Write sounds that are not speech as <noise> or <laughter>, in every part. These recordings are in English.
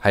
还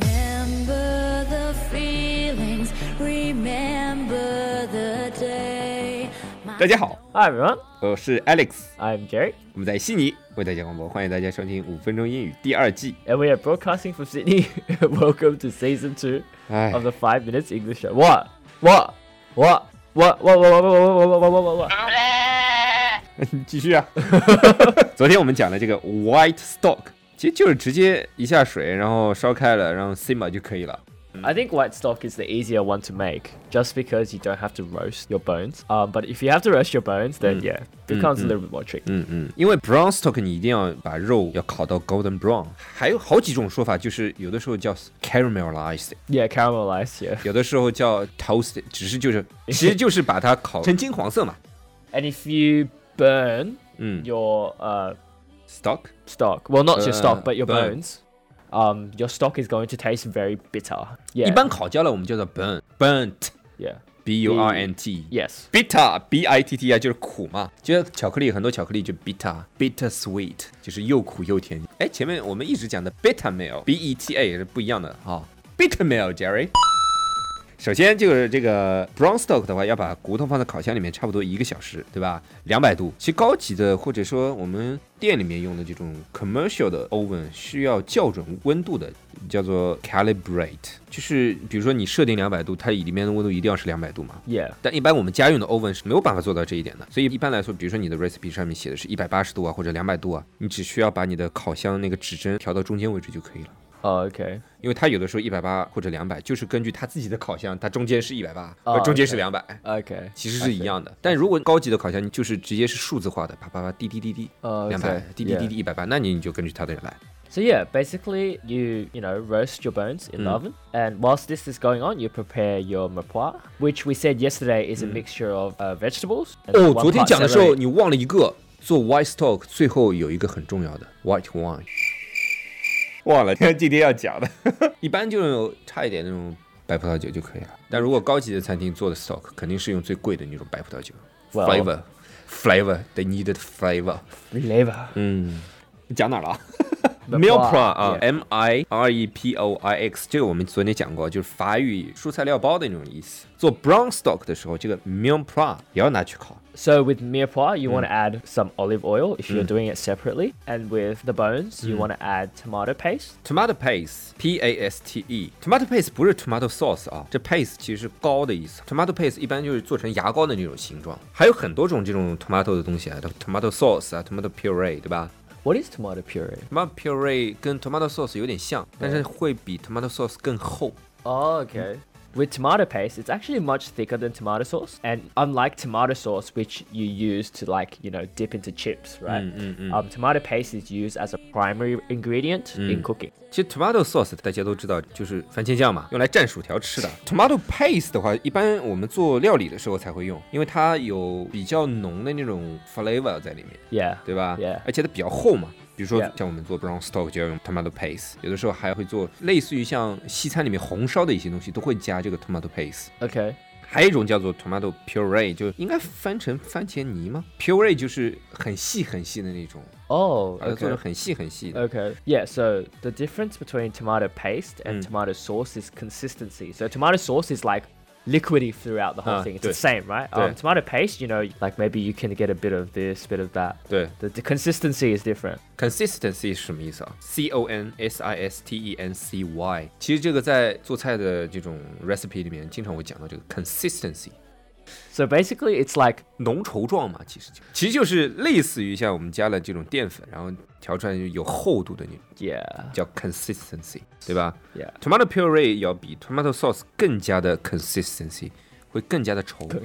Remember the feelings, remember the day. 大家好， Hi everyone, 我是 Alex， I'm Jerry, 我们在悉尼为大家广播，欢迎大家收听《五分钟英语》第二季。 and we are broadcasting from Sydney. <laughs> Welcome to season two 哎 <laughs> of the Five Minutes English Show. What? What? What? What? What? What? What? What? What? What? What? What? What? What? Um, 继续 <laughs> 啊。昨天我们讲的这个 white stock，其实就是直接一下水，然后烧开了，然后 simmer 就可以了。 I think white stock is the easier one to make, just because you don't have to roast your bones. Um, but if you have to roast your bones, then Mm. yeah, it becomes Mm-hmm. a little bit more tricky. 嗯嗯，因为 brown stock 你一定要把肉要烤到 golden brown，还有好几种说法，就是有的时候叫 caramelized， Yeah, caramelized. Yeah, 有的时候叫 toasted，只是 <laughs> 就是其实就是把它烤成金黄色嘛。 and if you burn 嗯 your uh ，stock stock, well, not your Uh, stock, but your burn. bones, um, your stock is going to taste very bitter. 一 Yeah. 般烤焦了我们叫做 burn burnt Yeah. b u r n t。 Yes. bitter b i t t 啊，就是苦嘛，就像巧克力很多巧克力就 bitter bitter sweet，就是又苦又甜。哎，前面我们一直讲的 bettermel b e t a 也是不一样的啊、bettermel Jerry。首先就是这个 brown stock 的话，要把骨头放在烤箱里面差不多一个小时，对吧？两百度。其实高级的或者说我们店里面用的这种 commercial 的 oven 需要校准温度的，叫做 calibrate，就是比如说你设定两百度，它里面的温度一定要是两百度嘛。 Yeah. 但一般我们家用的 oven 是没有办法做到这一点的，所以一般来说，比如说你的 recipe 上面写的是一百八十度啊，或者两百度啊，你只需要把你的烤箱那个指针调到中间位置就可以了。 Oh, okay. 因为它有的时候一百八或者两百，就是根据它自己的烤箱，它中间是一百八，哦啊中间是两百、 Okay. 其实是一样的。但如果高级的烤箱，你就是直接是数字化的，啪啪啪，滴滴滴滴，哦两百，OK，滴滴滴 yeah 滴一百八，那你你就根据它的来。 So yeah, basically you you know roast your bones in the Mm. oven, and whilst this is going on, you prepare your mirepoix, which we said yesterday is a mixture of uh, vegetables. and 哦， one 昨天 part 讲的时候 celery. 你忘了一个，做 white stock 最后有一个很重要的 white wine，忘了今天要讲的， <laughs> 一般就是差一点那种白葡萄酒就可以了。但如果高级的餐厅做的 stock，肯定是用最贵的那种白葡萄酒 Well- flavor。Flavor，they needed flavor。 flavor. 嗯，讲哪儿了啊 The ？Meal pie， plan 啊 yeah ，M I R E P O I X，这个我们昨天讲过，就是法语蔬菜料包的那种意思。做 brown stock 的时候，这个 meal plan 也要拿去烤。 So with mirepoix, you want to add some olive oil if you're doing it separately, and with the bones, you want to add tomato paste. Tomato paste，P A S T E，tomato paste 不是 tomato sauce 啊，这 paste 其实是膏的意思。tomato paste 一般就是做成牙膏的那种形状，还有很多种这种 tomato 的东西啊，tomato sauce 啊，tomato puree 对吧 What is tomato puree? ？tomato puree 跟 tomato sauce 有点像，但是会比 tomato sauce 更厚。 Oh, okay. With tomato paste, it's actually much thicker than tomato sauce, and unlike tomato sauce, which you use to like you know dip into chips, right? Mm, Um, tomato paste is used as a primary ingredient Mm. in cooking. 其实 tomato sauce 大家都知道，就是番茄酱嘛，用来蘸薯条吃的。tomato paste 的话，一般我们做料理的时候才会用，因为它有比较浓的那种 flavor 在里面， Yeah. 对吧 Yeah 而且它比较厚嘛。比如说 Yeah 像我们做 brown stock 就要用 tomato paste，有的时候还会做类似于像西餐里面红烧的一些东西都会加这个 tomato paste。 Okay. 还有一种叫做 tomato puree，就应该翻成番茄泥吗？puree 就是很细很细的那种， Oh. 把它做成 Okay. 很细很细的。 Okay. Yeah. So the difference between tomato paste and Mm. tomato sauce is consistency. So tomato sauce is like liquidy throughout the whole Ah, thing. It's the good. same, right? Yeah. Um, tomato paste, you know, like maybe you can get a bit of this, bit of that. 对， The, the consistency is different. Consistency 是什么意思啊？C O N S I S T E N C Y。其实这个在做菜的这种 recipe 里面经常会讲到这个 consistency。 So basically, it's like 浓稠状嘛，其实就其实就是类似于像我们加了这种淀粉，然后调出来就有厚度的那种， <laughs> yeah, 叫 consistency，对吧 yeah， ？Tomato puree 要比 tomato sauce 更加的 consistency，会更加的稠， <laughs> okay,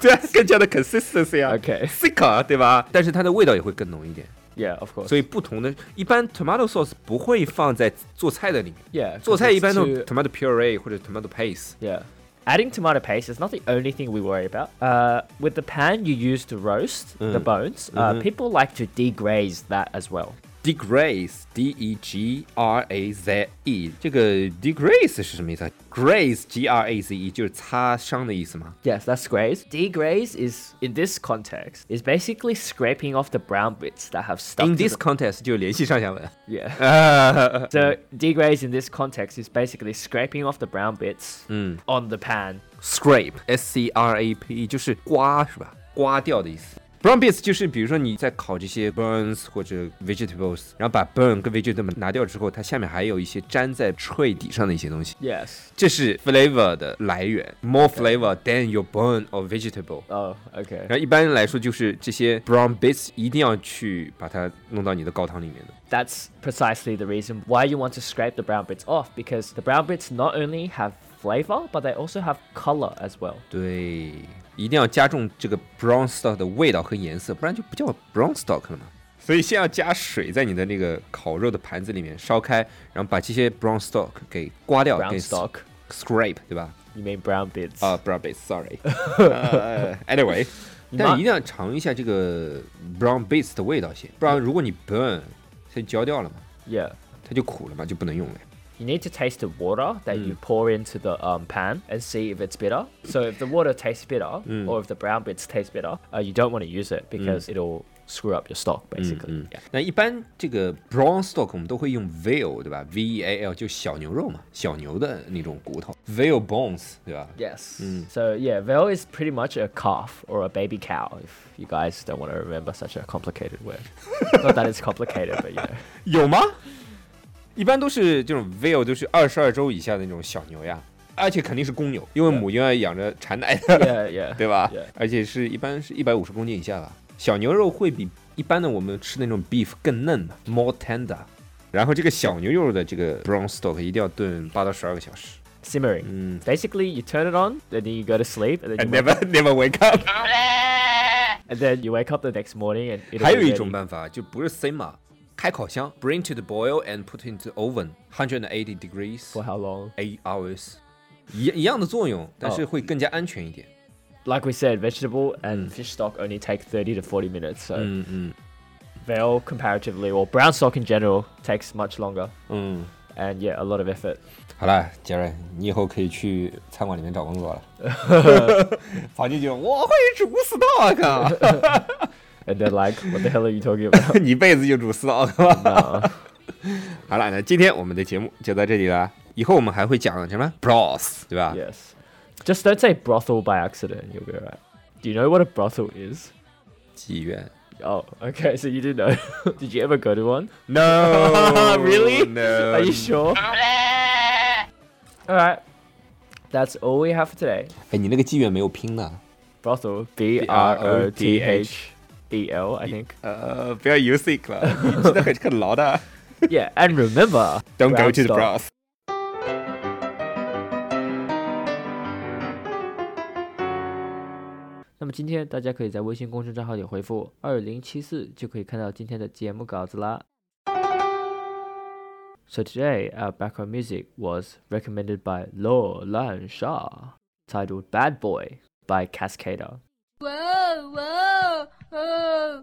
对啊， <laughs> 更加的 consistency 啊 thicker 啊对吧？但是它的味道也会更浓一点， yeah, of course. 所以不同的，一般 tomato sauce 不会放在做菜的里面， yeah, 做 'cause 菜 it's 一般都 too- tomato puree 或者 tomato paste。 Yeah. Adding tomato paste is not the only thing we worry about. Uh, with the pan you use to roast Mm. the bones, Mm-hmm. uh, people like to degraze that as well. degraze，d e g r a z e，这个 degraze 是什么意思啊？graze，g r a z e 就是擦伤的意思吗？ Yes, that's graze. Degraze is, in this context, is basically scraping off the brown bits that have stuck. In to this Uh. the- context 就联系上下文。 <laughs> yeah. 呃 so degraze in this context is basically scraping off the brown bits Mm. on the pan. Scrape，s c r a p e 就是刮是吧？刮掉的意思。Brown bits 就是比如说你在烤这些 burns 或者 vegetables，然后把 burn 跟 vegetable 拿掉之后，它下面还有一些粘在 tray 底上的一些东西， Yes. 这是 flavor 的来源。More flavor than your burn or vegetable。 Oh, okay. 然后一般来说就是这些 brown bits 一定要去把它弄到你的高汤里面的。 That's precisely the reason why you want to scrape the brown bits off because the brown bits not only have flavor but they also have color as well. 对，一定要加重这个 brown stock 的味道和颜色，不然就不叫 brown stock 了嘛。所以先要加水在你的那个烤肉的盘子里面烧开，然后把这些 brown stock 给刮掉 Brown 给 stock. scrape 对吧？ You mean brown bits? 啊、b r o w n <laughs> bits，sorry 呃。anyway，但妈一定要尝一下这个 brown bits 的味道先，不然如果你 burn 它就焦掉了嘛， yeah. 它就苦了嘛，就不能用了呀。 You need to taste the water that you pour into the um, pan and see if it's bitter. So if the water tastes bitter or if the brown bits taste bitter, uh, you don't want to use it because it'll screw up your stock basically. Yeah. 那一般这个 brown stock 我们都会用 veal 对吧？V E A L 就小牛肉嘛，小牛的那种骨头，veal bones 对吧 Yes. So yeah, veal is pretty much a calf or a baby cow. If you guys don't want to remember such a complicated word, not that it's complicated, but you know. 有吗？一般都是这种 veal 都是二十二周以下的那种小牛呀，而且肯定是公牛，因为母牛要养着产奶 <laughs> 的 Yeah, yeah. 对吧 Yeah. 而且是一般是一百五十公斤以下吧。小牛肉会比一般的我们吃那种 beef 更嫩嘛，more tender。然后这个小牛肉的这个 brown stock 一定要炖八到十二个小时嗯 Simmering. Basically, you turn it on, and then you go to sleep, and then you, wake, <laughs> ，never never wake up。 and then you wake up the next morning, and it'll 还 be 有一 ready. 种办法，就不是 simmer，开烤箱，bring to the boil and put into oven for 180 degrees how long? eight hours，一一样的作用，但是会更加安全一点。 Like we said, vegetable and fish stock only take 30 to 40 minutes. So 嗯嗯 veal, comparatively, or brown stock in general, takes much longer, 嗯， and yeah, a lot of effort. 好了，杰瑞，你以后可以去餐馆里面找工作了。 <laughs> 跑进去，我会煮 stock，啊 <laughs> And they're like, "What the hell are you talking about?" 你一辈子就煮 stock 吧。 No. <laughs> 好了，那今天我们的节目就到这里了。以后我们还会讲什么 broth，对吧 Yes. Just don't say brothel by accident. You'll be alright. Do you know what a brothel is? 妓院。 Oh, okay. So you do know. <laughs> Did you ever go to one? No, <laughs> Really? No. Are you sure? alright. That's all we have for today. 哎，你那个妓院没有拼呢。 Brothel. B R O T H E L, I think. 呃，不要 U sick 了，你真的很很牢的。啊 Yeah. And remember Don't go brown to the stock. broth. 那么今天大家可以在微信公众账号里回复二零七四，就可以看到今天的节目稿子啦。So today our background music was recommended by Lo Lan Sha, titled "Bad Boy" by Cascada. Whoa, whoa, whoa.